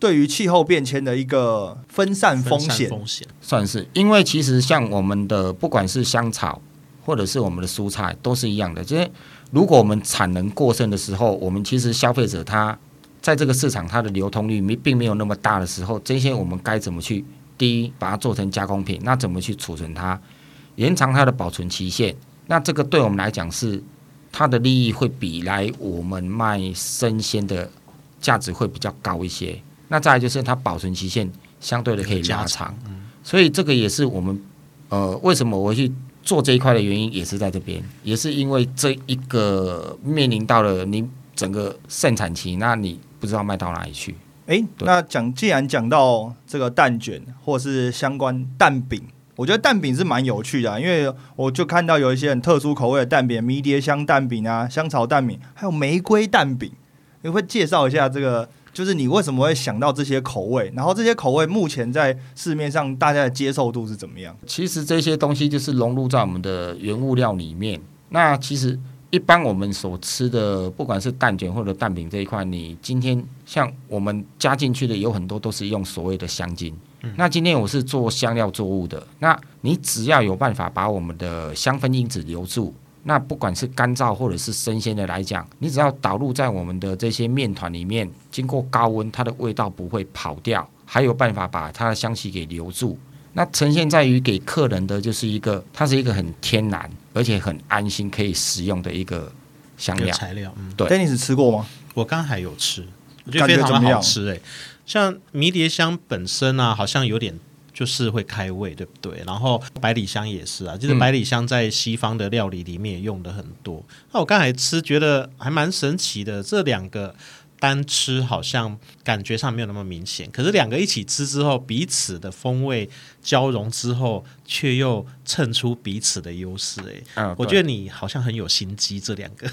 Speaker 1: 对于气候变迁的一个分散风
Speaker 3: 嗯分散
Speaker 1: 险？
Speaker 3: 风险，
Speaker 2: 算是，因为其实像我们的不管是香草或者是我们的蔬菜都是一样的，就是如果我们产能过剩的时候，我们其实消费者他在这个市场它的流通率没并没有那么大的时候，这些我们该怎么去？第一，把它做成加工品，那怎么去储存它，延长它的保存期限？那这个对我们来讲是它的利益会比来我们卖生鲜的价值会比较高一些。那再来就是它保存期限相对的可以
Speaker 3: 加
Speaker 2: 拉
Speaker 3: 长
Speaker 2: 长，所以这个也是我们呃为什么我会去做这一块的原因，也是在这边，也是因为这一个面临到了你整个盛产期，那你不知道卖到哪里去。
Speaker 1: 诶，
Speaker 2: 对
Speaker 1: 那讲既然讲到这个蛋卷或是相关蛋饼，我觉得蛋饼是蛮有趣的啊、因为我就看到有一些很特殊口味的蛋饼，迷迭香蛋饼啊、香草蛋饼，还有玫瑰蛋饼。你会介绍一下这个，就是你为什么会想到这些口味？然后这些口味目前在市面上大家的接受度是怎么样？
Speaker 2: 其实这些东西就是融入在我们的原物料里面。那其实一般我们所吃的，不管是蛋卷或者蛋饼这一块，你今天像我们加进去的有很多都是用所谓的香精。那今天我是做香料作物的，那你只要有办法把我们的香氛因子留住，那不管是干燥或者是生鲜的来讲，你只要导入在我们的这些面团里面，经过高温，它的味道不会跑掉，还有办法把它的香气给留住。那呈现在于给客人的就是一个，它是一个很天然而且很安心可以食用的一个香
Speaker 3: 有
Speaker 2: 料。
Speaker 3: 材料，嗯，
Speaker 2: 对
Speaker 1: Dennis 吃过吗？
Speaker 3: 我刚还有吃，我觉
Speaker 1: 感
Speaker 3: 得
Speaker 1: 觉
Speaker 3: 非
Speaker 1: 怎
Speaker 3: 常
Speaker 1: 么样
Speaker 3: 好吃哎、像迷迭香本身啊，好像有点就是会开胃，对不对？然后百里香也是啊，就是
Speaker 2: 嗯
Speaker 3: 百里香在西方的料理里面也用的很多。那我刚才吃觉得还蛮神奇的，这两个。单吃好像感觉上没有那么明显，可是两个一起吃之后，彼此的风味交融之后，却又衬出彼此的优势、诶，
Speaker 1: 啊
Speaker 2: 嗯
Speaker 3: 我觉得你好像很有心机，这两个。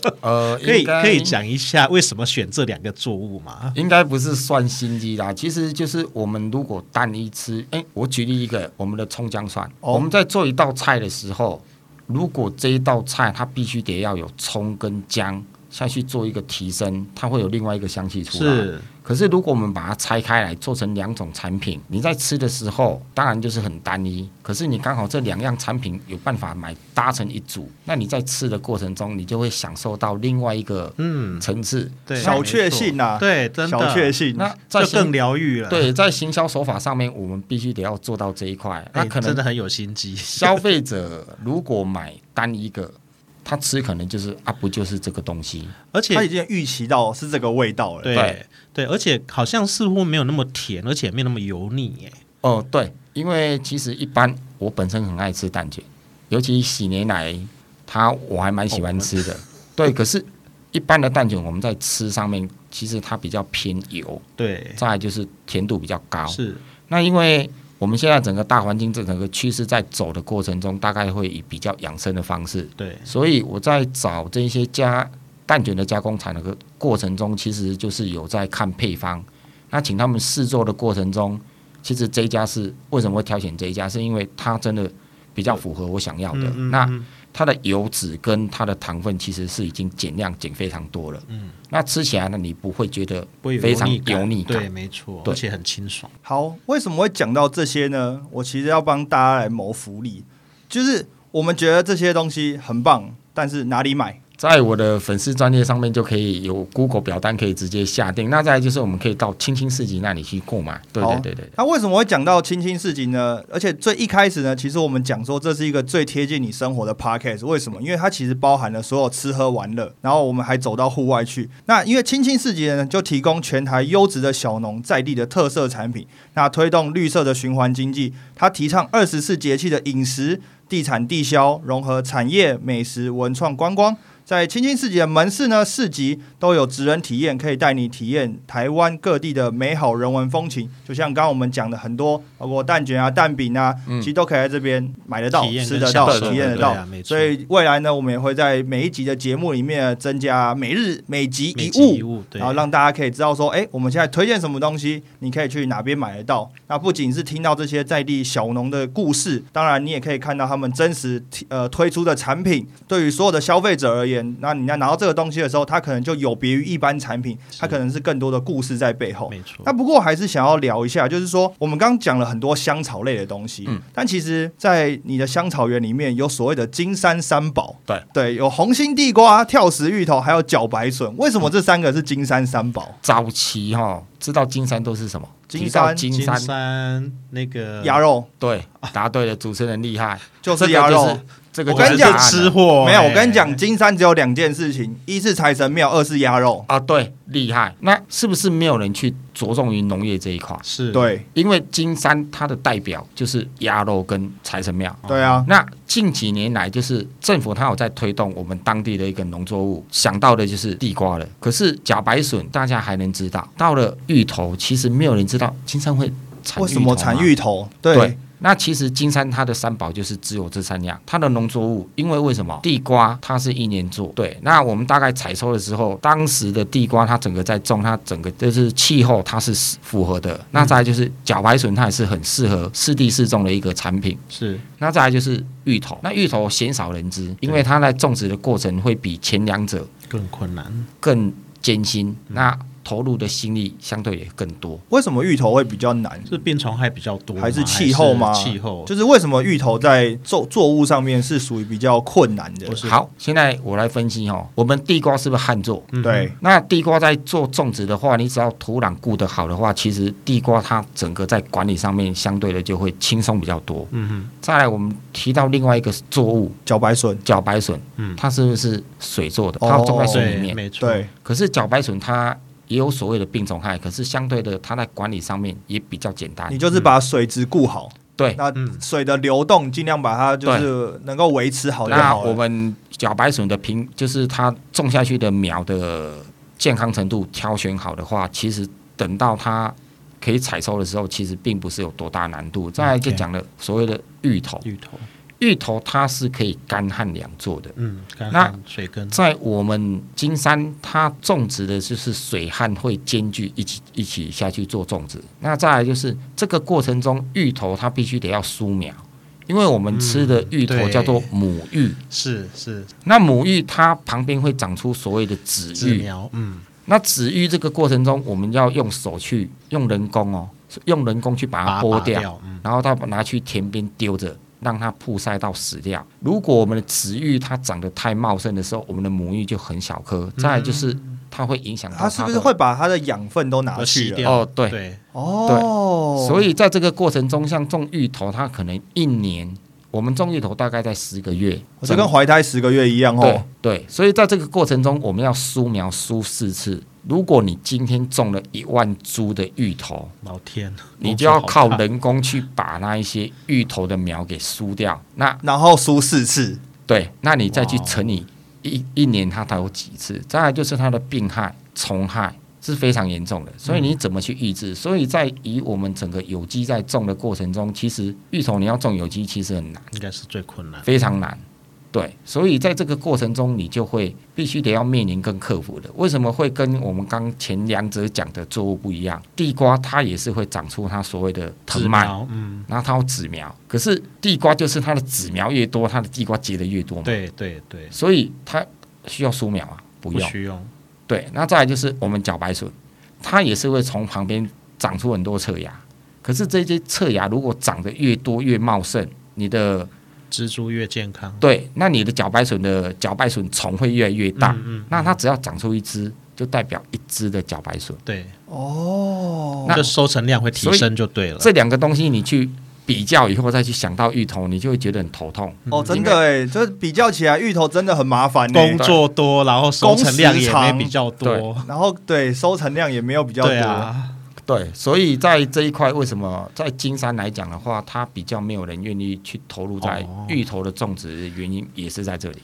Speaker 2: 得呃，
Speaker 3: 可以
Speaker 2: 应该
Speaker 3: 可以，讲一下为什么选这两个作物吗？
Speaker 2: 应该不是算心机啦，其实就是我们如果单一吃，哎、我举例一个，我们的葱姜蒜，
Speaker 1: 哦
Speaker 2: 我们在做一道菜的时候，如果这一道菜它必须得要有葱跟姜下去做一个提升，它会有另外一个香气
Speaker 3: 啊
Speaker 2: 出来。
Speaker 3: 是
Speaker 2: 可是如果我们把它拆开来做成两种产品，你在吃的时候当然就是很单一。可是你刚好这两样产品有办法买搭成一组，那你在吃的过程中，你就会享受到另外一个
Speaker 3: 嗯，
Speaker 2: 层次。
Speaker 3: 对，
Speaker 1: 小确幸啊，
Speaker 3: 对，真的
Speaker 1: 小确幸。
Speaker 2: 那在
Speaker 3: 就
Speaker 2: 行
Speaker 3: 更疗愈了。哎
Speaker 2: 对在行销手法上面，我们必须得要做到这一块。那
Speaker 3: 哎，
Speaker 2: 可
Speaker 3: 真的
Speaker 2: 能
Speaker 3: 很有心机。
Speaker 2: 消费者如果买单一个，他吃可能就是啊，不就是这个东西？
Speaker 3: 而
Speaker 1: 他
Speaker 3: 且
Speaker 1: 已经预期到是这个味道了。
Speaker 3: 对
Speaker 2: 对
Speaker 3: 对，而且好像似乎没有那么甜，而且没有那么油腻。哎，
Speaker 2: 哦，对，因为其实一般我本身很爱吃蛋卷，尤其喜年来，它我还蛮喜欢吃
Speaker 3: 哦
Speaker 2: 的。 (laughs) 对，可是一般的蛋卷我们在吃上面，其实它比较偏油，
Speaker 3: 对，
Speaker 2: 再来就是甜度比较高。
Speaker 3: 哎是
Speaker 2: 那因为我们现在整个大环境这整个趋势在走的过程中，大概会以比较养生的方式，
Speaker 3: 对，
Speaker 2: 所以我在找这些加蛋卷的加工厂的个过程中，其实就是有在看配方。那请他们试做的过程中，其实这一家是为什么会挑选这一家，是因为它真的比较符合我想要的。
Speaker 3: 嗯嗯
Speaker 2: 那
Speaker 3: 嗯
Speaker 2: 它的油脂跟它的糖分其实是已经减量减非常多了。嗯，那吃起来呢，你不会觉得
Speaker 3: 不会有
Speaker 2: 非常
Speaker 3: 感
Speaker 2: 油腻感
Speaker 3: 对，没错，
Speaker 2: 对
Speaker 3: 而且很清爽。
Speaker 1: 好，为什么会讲到这些呢？我其实要帮大家来谋福利，就是我们觉得这些东西很棒，但是哪里买？
Speaker 2: 在我的粉丝专业上面就可以有 Google 表单可以直接下定。那再来就是我们可以到青青市集那里去购买。对
Speaker 1: 好
Speaker 2: 对对对。
Speaker 1: 那为什么会讲到亲亲市集呢？而且最一开始呢，其实我们讲说这是一个最贴近你生活的 podcast，为什么？因为它其实包含了所有吃喝玩乐，然后我们还走到户外去。那因为亲亲市集呢，就提供全台优质的小农在地的特色产品，那推动绿色的循环经济。它提倡二十四节气的饮食、地产、地销，融合产业、美食、文创、观光。在青青市集的门市呢，市集都有职人体验，可以带你体验台湾各地的美好人文风情。就像刚刚我们讲的很多，包括蛋卷啊、蛋饼啊，其实都可以在这边买得到、
Speaker 3: 嗯体验
Speaker 1: 吃
Speaker 3: 跟
Speaker 1: 得到、
Speaker 3: 享受
Speaker 1: 体验得到
Speaker 3: 对啊没。错
Speaker 1: 所以未来呢，我们也会在每一集的节目里面增加每日每集
Speaker 3: 每
Speaker 1: 一
Speaker 3: 集
Speaker 1: 物
Speaker 3: 一物，对
Speaker 1: 然，后让大家可以知道说，哎，我们现在推荐什么东西，你可以去哪边买得到。那不仅是听到这些在地小农的故事，当然你也可以看到他们真实提呃推出的产品。对于所有的消费者而言，那你在拿到这个东西的时候，它可能就有别于一般产品，它可能是更多的故事在背后。
Speaker 3: 没错
Speaker 1: 哦那，不过还是想要聊一下，就是说我们刚刚讲了很多香草类的东西，但其实，在你的香草园里面有所谓的金山三宝，
Speaker 2: 对
Speaker 1: 对，有红心地瓜、跳石芋头，还有茭白笋。为什么这三个是金山三宝？
Speaker 2: 早期哈，知道金山都是什么？
Speaker 1: 金
Speaker 2: 提到
Speaker 1: 山
Speaker 2: 金
Speaker 3: 金
Speaker 2: 山，
Speaker 3: 山那个
Speaker 1: 鸭肉
Speaker 2: 对，答对了，主持人厉
Speaker 1: (laughs)
Speaker 2: 害，
Speaker 1: 就是鸭肉。
Speaker 2: 这个
Speaker 1: 我
Speaker 2: 就是
Speaker 1: 跟
Speaker 2: 这个就
Speaker 3: 我
Speaker 2: 是啊
Speaker 1: 你讲
Speaker 2: 答案
Speaker 3: 吃
Speaker 2: 了
Speaker 3: 货，
Speaker 1: 没有，
Speaker 3: 哎
Speaker 1: 我跟你讲，，金山只有两件事情：一是财神庙，二是鸭肉。
Speaker 2: 啊，对，厉害。那是不是没有人去着重于农业这一块？
Speaker 3: 是，
Speaker 1: 对
Speaker 2: 因为金山它的代表就是鸭肉跟财神庙。
Speaker 1: 对啊，
Speaker 2: 那近几年来，就是政府它有在推动我们当地的一个农作物，想到的就是地瓜了。可是茭白笋大家还能知道，到了芋头，其实没有人知道金山会产芋头吗
Speaker 1: 为什么产芋头？
Speaker 2: 对，那其实金山它的三宝就是只有这三样，它的农作物，因为为什么地瓜它是一年做，对，那我们大概采收的时候，当时的地瓜它整个在种，它整个就是气候它是符合的，那再来就是茭白笋它也是很适合适地适种的一个产品，
Speaker 3: 是
Speaker 2: 那再来就是芋头，那芋头鲜少人知，因为它在种植的过程会比前两者
Speaker 3: 更困难，
Speaker 2: 更艰辛，那投入的心力相对也更多。
Speaker 1: 为什么芋头会比较难？
Speaker 3: 是病虫害比较多吗，
Speaker 1: 还
Speaker 3: 是
Speaker 1: 是气候吗？
Speaker 3: 气候
Speaker 1: 就是为什么芋头在作作物上面是属于比较困难的
Speaker 3: 不？是，
Speaker 2: 好，现在我来分析哦，我们地瓜是不是旱作？
Speaker 3: 嗯
Speaker 1: 对，
Speaker 2: 那地瓜在做种植的话，你只要土壤顾得好的话，其实地瓜它整个在管理上面相对的就会轻松比较多。
Speaker 3: 嗯哼，
Speaker 2: 再来，我们提到另外一个作物
Speaker 1: 茭白笋，
Speaker 2: 茭白笋，
Speaker 3: 嗯
Speaker 2: 它是不是水做的？
Speaker 1: 哦
Speaker 2: 它种在水里
Speaker 3: 对，
Speaker 2: 面。
Speaker 3: 没错，
Speaker 1: 对，
Speaker 2: 可是茭白笋它也有所谓的病虫害，可是相对的它在管理上面也比较简单
Speaker 1: 你。就是把水质顾好，
Speaker 2: 对，
Speaker 1: 嗯那
Speaker 3: 嗯
Speaker 1: 水的流动尽量把它就是能够维持好就
Speaker 2: 那
Speaker 1: 好哎
Speaker 2: 我
Speaker 1: 了。
Speaker 2: 们茭白笋的品，就是它种下去的苗的健康程度挑选好的话，其实等到它可以采收的时候，其实并不是有多大难度。再来就
Speaker 1: 嗯
Speaker 3: OK
Speaker 2: 讲了所谓的芋头，
Speaker 3: 芋头，
Speaker 2: 芋头它是可以干旱两做的。
Speaker 3: 嗯，刚
Speaker 2: 那
Speaker 3: 刚水根，
Speaker 2: 在我们金山，它种植的就是水旱会兼具一起一起下去做种植。那再来就是这个过程中，芋头它必须得要疏苗，因为我们吃
Speaker 1: 嗯
Speaker 2: 的芋头
Speaker 3: 对
Speaker 2: 叫做母芋。
Speaker 3: 是是
Speaker 2: 那母芋它旁边会长出所谓的子
Speaker 3: 子
Speaker 2: 芋，
Speaker 3: 苗，嗯，
Speaker 2: 那子芋这个过程中，我们要用手去用人工哦，用人工去把
Speaker 3: 把
Speaker 2: 它剥
Speaker 3: 拔
Speaker 2: 掉，
Speaker 3: 掉，嗯，
Speaker 2: 然后它拿去田边丢着，让它曝晒到死掉。如果我们的子芋它长得太茂盛的时候，我们的母芋就很小颗。再来就是它会影响到它
Speaker 1: 嗯它
Speaker 2: 的
Speaker 1: 是不是会把它的养分都拿
Speaker 3: 要
Speaker 1: 去
Speaker 3: 吸
Speaker 1: 了？
Speaker 3: 掉
Speaker 2: 哦对
Speaker 3: 对，
Speaker 1: 哦，
Speaker 2: 所以在这个过程中，像种芋头，它可能一年，我们种芋头大概在十个月，
Speaker 1: 我就跟怀胎十个月一样
Speaker 2: 对
Speaker 1: 哦。
Speaker 2: 对，所以在这个过程中，我们要疏苗疏四次。如果你今天种了一万株的芋头，
Speaker 3: 老天，
Speaker 2: 你就要靠
Speaker 3: 工作好
Speaker 2: 人工去把那一些芋头的苗给疏掉。那
Speaker 1: 然后输四次，
Speaker 2: 对，那你再去
Speaker 3: 哇哦
Speaker 2: 乘以一一年，它才有几次。再来就是它的病害、虫害是非常严重的，所以你怎么去抑制？所以在以我们整个有机在种的过程中，其实芋头你要种有机其实很难。
Speaker 3: 大，应该是最困难，
Speaker 2: 非常难。对，所以在这个过程中，你就会必须得要面临跟克服的。为什么会跟我们刚前两者讲的作物不一样？地瓜它也是会长出它所谓的
Speaker 3: 子
Speaker 2: 藤蔓，
Speaker 3: 苗，嗯，
Speaker 2: 然后它有子苗。可是地瓜就是它的子苗越多，它的地瓜结的越多嘛。，
Speaker 3: 对对对，
Speaker 2: 所以它需要疏苗啊，不
Speaker 3: 不
Speaker 2: 用。
Speaker 3: 需用，
Speaker 2: 对，那再来就是我们茭白笋，它也是会从旁边长出很多侧芽，可是这些侧芽如果长得越多越茂盛，你的
Speaker 3: 蜘蛛越健康，
Speaker 2: 对，那你的茭白笋的茭白笋丛会越来越大，
Speaker 3: 嗯嗯，
Speaker 2: 那它只要长出一只，就代表一只的茭白笋。
Speaker 3: 对，
Speaker 1: 哦，
Speaker 2: 那
Speaker 3: 就收成量会提升就对了。
Speaker 2: 这两个东西你去比较以后再去想到芋头，你就会觉得很头痛。
Speaker 1: 哦，真的哎，这比较起来，芋头真的很麻烦欸
Speaker 3: 工
Speaker 1: 呢。
Speaker 3: 作多，然后收成量也
Speaker 1: 工时
Speaker 3: 没
Speaker 1: 长
Speaker 3: 比较多，
Speaker 1: 然后对收成量也没有比较
Speaker 3: 对
Speaker 1: 多，
Speaker 3: 啊，
Speaker 2: 对，所以在这一块，为什么在金山来讲的话，它比较没有人愿意去投入在
Speaker 3: 哦
Speaker 2: 芋头的种植，原因也是在这里。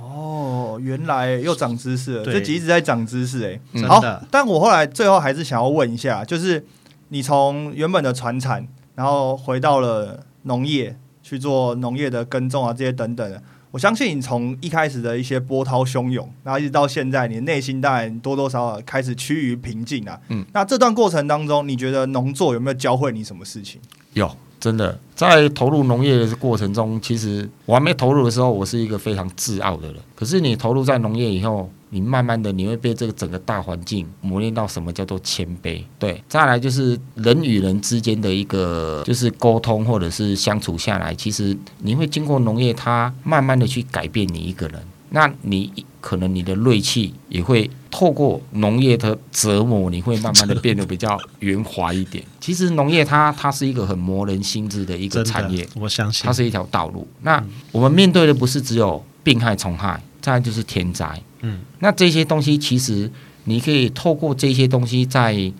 Speaker 1: 哦，原来又长知识了，
Speaker 3: 对
Speaker 1: 这集一直在长知识哎。
Speaker 2: 嗯
Speaker 3: 真
Speaker 1: 好
Speaker 3: 的，，
Speaker 1: 但我后来最后还是想要问一下，就是你从原本的传产，然后回到了农业去做农业的耕种啊，这些等等的。我相信你从一开始的一些波涛汹涌，然后一直到现在，你的内心当然多多少少开始趋于平静啊。
Speaker 2: 嗯，
Speaker 1: 那这段过程当中，你觉得农作有没有教会你什么事情？
Speaker 2: 有，真的在投入农业的过程中，其实我还没投入的时候，我是一个非常自傲的人。可是你投入在农业以后，你慢慢的你会被这个整个大环境磨练到什么叫做谦卑。对，再来就是人与人之间的一个就是沟通或者是相处下来，其实你会经过农业，它慢慢的去改变你一个人。那你可能你的锐气也会透过农业的折磨，你会慢慢的变得比较圆滑一点。其实农业它它是一个很磨人心智的一个
Speaker 3: 真
Speaker 2: 产业
Speaker 3: 的，，我相信
Speaker 2: 它是一条道路。那我们面对的不是只有病害、虫害，再来就是天灾。
Speaker 3: 嗯，
Speaker 2: 那这些东西其实你可以透过这些东西在，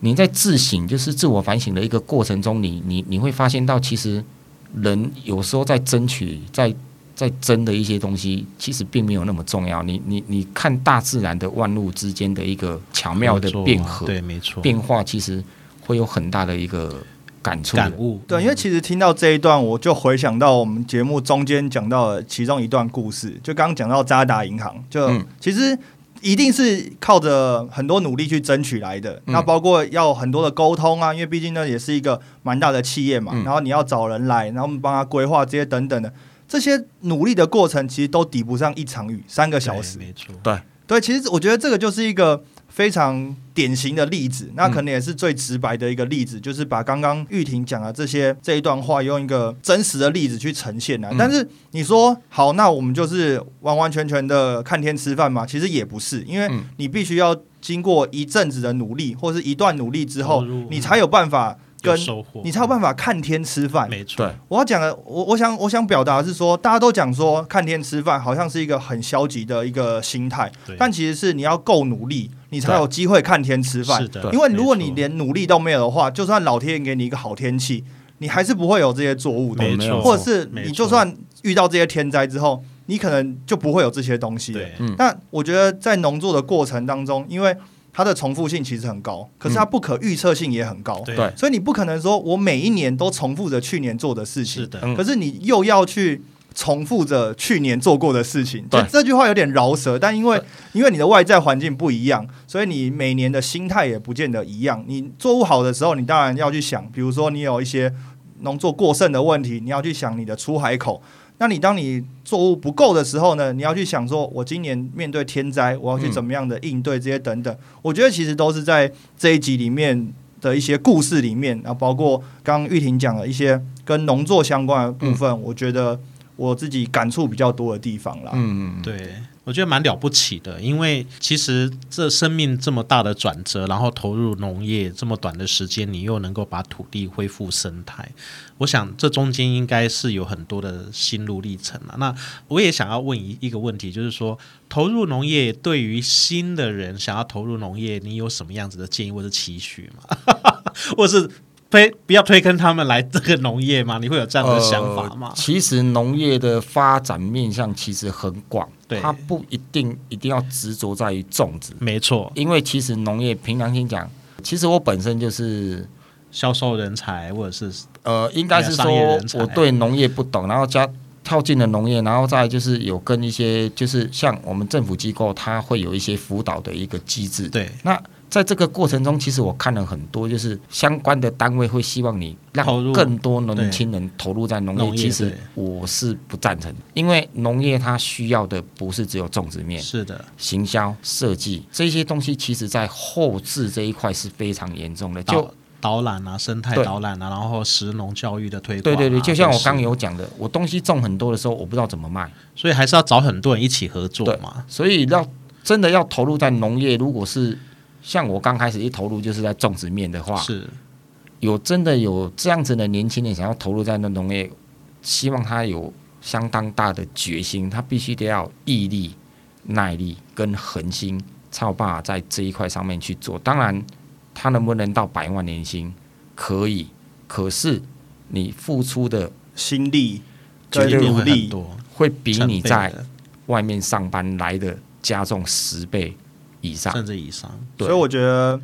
Speaker 2: 你在自省，就是自我反省的一个过程中，你你你会发现到，其实人有时候在争取，在在争的一些东西，其实并没有那么重要。你你你看大自然的万物之间的一个巧妙的
Speaker 3: 合作
Speaker 2: 变合、
Speaker 3: 对，没错，
Speaker 2: 变化，其实会有很大的一个感触的。
Speaker 3: 感悟，嗯
Speaker 1: 对，因
Speaker 2: 嗯
Speaker 1: 为其实听到这一段，我就回想到我们节目中间讲到的其中一段故事，就刚刚讲到渣打银行，就、
Speaker 2: 嗯
Speaker 1: 其实一定是靠着很多努力去争取来的。
Speaker 2: 嗯
Speaker 1: 那包括要很多的沟通啊，因为毕竟呢也是一个蛮大的企业嘛，
Speaker 2: 嗯
Speaker 1: 然后你要找人来，然后我们帮他规划这些等等的。这些努力的过程，其实都抵不上一场雨，三个
Speaker 3: 对
Speaker 1: 小时。
Speaker 3: 没错，
Speaker 1: 对，其实我觉得这个就是一个非常典型的例子，
Speaker 2: 嗯
Speaker 1: 那可能也是最直白的一个例子，就是把刚刚玉婷讲的这些这一段话，用一个真实的例子去呈现啊。
Speaker 2: 嗯
Speaker 1: 但是你说好，那我们就是完完全全的看天吃饭吗？其实也不是，因为
Speaker 2: 嗯
Speaker 1: 你必须要经过一阵子的努力，或是一段努力之后
Speaker 3: 投入，
Speaker 1: 你才有办法
Speaker 3: 有
Speaker 1: 跟。
Speaker 3: 收获，
Speaker 1: 你才有办法看天吃饭，
Speaker 3: 没错，
Speaker 2: 对，
Speaker 1: 我要讲的，我我想我想表达的是说，大家都讲说看天吃饭，好像是一个很消极的一个心态
Speaker 3: 对，
Speaker 1: 但其实是你要够努力，你才有机会看天吃
Speaker 3: 是
Speaker 1: 饭。
Speaker 3: 的，
Speaker 1: 因为如果你
Speaker 3: 没错
Speaker 1: 连努力都没有的话，就算老天爷给你一个好天气，你还是不会有这些作物的，
Speaker 3: 没
Speaker 2: 没
Speaker 3: 错，
Speaker 2: 有
Speaker 1: 或者是
Speaker 3: 没
Speaker 1: 你
Speaker 3: 错
Speaker 1: 就算遇到这些天灾之后，你可能就不会有这些东西了。
Speaker 3: 对
Speaker 2: 嗯
Speaker 1: 那我觉得在农作的过程当中，因为它的重复性其实很高，可是它
Speaker 3: 嗯
Speaker 1: 不可预测性也很高。
Speaker 3: 对
Speaker 2: 对
Speaker 1: 所以你不可能说我每一年都重复着去年做的事情，
Speaker 3: 是的，
Speaker 2: 嗯
Speaker 1: 可是你又要去重复着去年做过的事情。
Speaker 2: 对
Speaker 1: 这这句话有点饶舌，但因为因为你的外在环境不一样，所以你每年的心态也不见得一样。你做不好的时候，你当然要去想，比如说你有一些农作过剩的问题，你要去想你的出海口。那你当你作物不够的时候呢，你要去想说，我今年面对天灾，我要去
Speaker 2: 嗯
Speaker 1: 怎么样的应对这些等等。我觉得其实都是在这一集里面的一些故事里面，啊，包括刚刚玉婷讲的一些跟农作相关的部分，
Speaker 3: 嗯
Speaker 1: 我觉得我自己感触比较多的地方啦。
Speaker 2: 嗯嗯，嗯
Speaker 3: 对，我觉得蛮了不起的，因为其实这生命这么大的转折，然后投入农业这么短的时间，你又能够把土地恢复生态，我想这中间应该是有很多的心路历程了。那我也想要问一一个问题，就是说投入农业对于新的人想要投入农业，你有什么样子的建议或者期许吗？ (laughs) 或是推不要推坑他们来这个农业吗？你会有这样的想法吗
Speaker 2: 呃？其实农业的发展面向其实很广，
Speaker 3: 对
Speaker 2: 它不一定一定要执着在于种植，
Speaker 3: 没错，
Speaker 2: 因为其实农业凭良心讲，其实我本身就是。
Speaker 3: 销售人才或者是
Speaker 2: 呃，应该是说
Speaker 3: 商业人才
Speaker 2: 我对农业不懂，然后加跳进了农业，然后再就是有跟一些就是像我们政府机构，它会有一些辅导的一个机制。
Speaker 3: 对，
Speaker 2: 那在这个过程中，其实我看了很多，就是相关的单位会希望你让
Speaker 3: 投入
Speaker 2: 更多年轻人投入在农
Speaker 3: 农
Speaker 2: 业。
Speaker 3: 业
Speaker 2: 其实
Speaker 3: 对
Speaker 2: 我是不赞成，因为农业它需要的不是只有种植面，
Speaker 3: 是的，
Speaker 2: 行销、设计这些东西，其实在后置这一块是非常严重的。就
Speaker 3: 就导览啊、生态
Speaker 2: 对
Speaker 3: 导览啊，然后食农教育的推广、啊。
Speaker 2: 对对对，就像我
Speaker 3: 都
Speaker 2: 刚
Speaker 3: 是
Speaker 2: 有讲的，我东西种很多的时候，我不知道怎么卖，
Speaker 3: 所以还是要找很多人一起合作
Speaker 2: 对
Speaker 3: 嘛。
Speaker 2: 所以要真的要投入在农业，如果是像我刚开始一投入就是在种植面的话，
Speaker 3: 是，
Speaker 2: 有真的有这样子的年轻人想要投入在那农业，希望他有相当大的决心，他必须得要有毅力、耐力跟恒心，才有办法在这一块上面去做。当然，他能不能到百万年薪，可以，可是你付出的
Speaker 1: 心力
Speaker 3: 决
Speaker 1: 跟
Speaker 3: 定
Speaker 1: 努
Speaker 3: 会很
Speaker 1: 力，
Speaker 3: 多，
Speaker 2: 会比
Speaker 3: 成
Speaker 2: 你
Speaker 3: 倍
Speaker 2: 在
Speaker 3: 的
Speaker 2: 外面上班来的加重十倍以上。
Speaker 3: 甚至以上，
Speaker 2: 对
Speaker 1: 所以我觉得。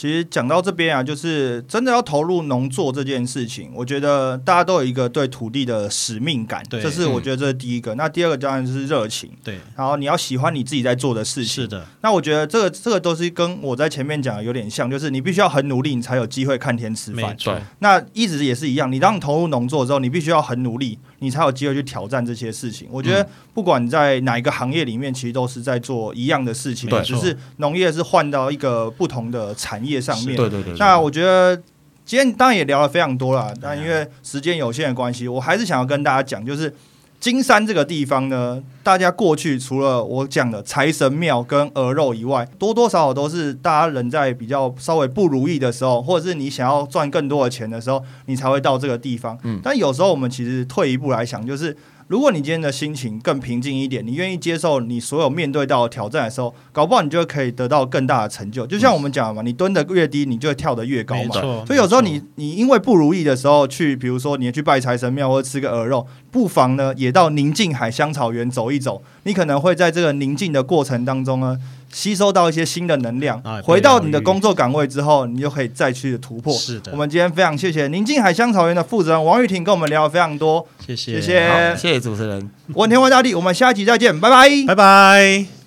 Speaker 1: 其实讲到这边啊，就是真的要投入农作这件事情，我觉得大家都有一个对土地的使命感，
Speaker 3: 对嗯
Speaker 1: 这是我觉得这是第一个。那第二个当然是热情，
Speaker 3: 对，
Speaker 1: 然后你要喜欢你自己在做的事情
Speaker 3: 是。的，
Speaker 1: 那我觉得这个这个都是跟我在前面讲的有点像，就是你必须要很努力，你才有机会看天吃
Speaker 3: 没
Speaker 1: 饭。
Speaker 3: 错
Speaker 2: 对，
Speaker 1: 那一直也是一样，你当你投入农作之后，你必须要很努力，你才有机会去挑战这些事情。我觉得不管你在哪一个行业里面，其实都是在做一样的事情，
Speaker 2: 对
Speaker 1: 只是农业是换到一个不同的产业上面。
Speaker 2: 对对对对。
Speaker 1: 那我觉得今天当然也聊了非常多了，但
Speaker 3: 嗯
Speaker 1: 因为时间有限的关系，我还是想要跟大家讲，就是金山这个地方呢，大家过去除了我讲的财神庙跟鹅肉以外，多多少少都是大家人在比较稍微不如意的时候，或者是你想要赚更多的钱的时候，你才会到这个地方。
Speaker 2: 嗯
Speaker 1: 但有时候我们其实退一步来想，就是如果你今天的心情更平静一点，你愿意接受你所有面对到的挑战的时候，搞不好你就可以得到更大的成就。就像我们讲的嘛，你蹲得越低，你就会跳得越高
Speaker 3: 没
Speaker 1: 嘛。
Speaker 3: 错。
Speaker 1: 所以有时候
Speaker 3: 没错
Speaker 1: 你你因为不如意的时候去，比如说你去拜财神庙或者吃个鹅肉，不妨呢也到宁静海香草园走一走。你可能会在这个宁静的过程当中呢，吸收到一些新的能量
Speaker 3: 啊也。被
Speaker 1: 回到你
Speaker 3: 疗
Speaker 1: 的
Speaker 3: 愈
Speaker 1: 工作岗位之后，你就可以再去突破。
Speaker 3: 是的，
Speaker 1: 我们今天非常谢谢宁静海香草园的负责人王玉婷跟我们聊了非常多。
Speaker 3: 谢
Speaker 1: 谢
Speaker 3: 谢，
Speaker 1: 谢
Speaker 2: 好，谢谢主持人。
Speaker 1: 我天文大地，我们下一集再见，拜拜。
Speaker 3: 拜拜。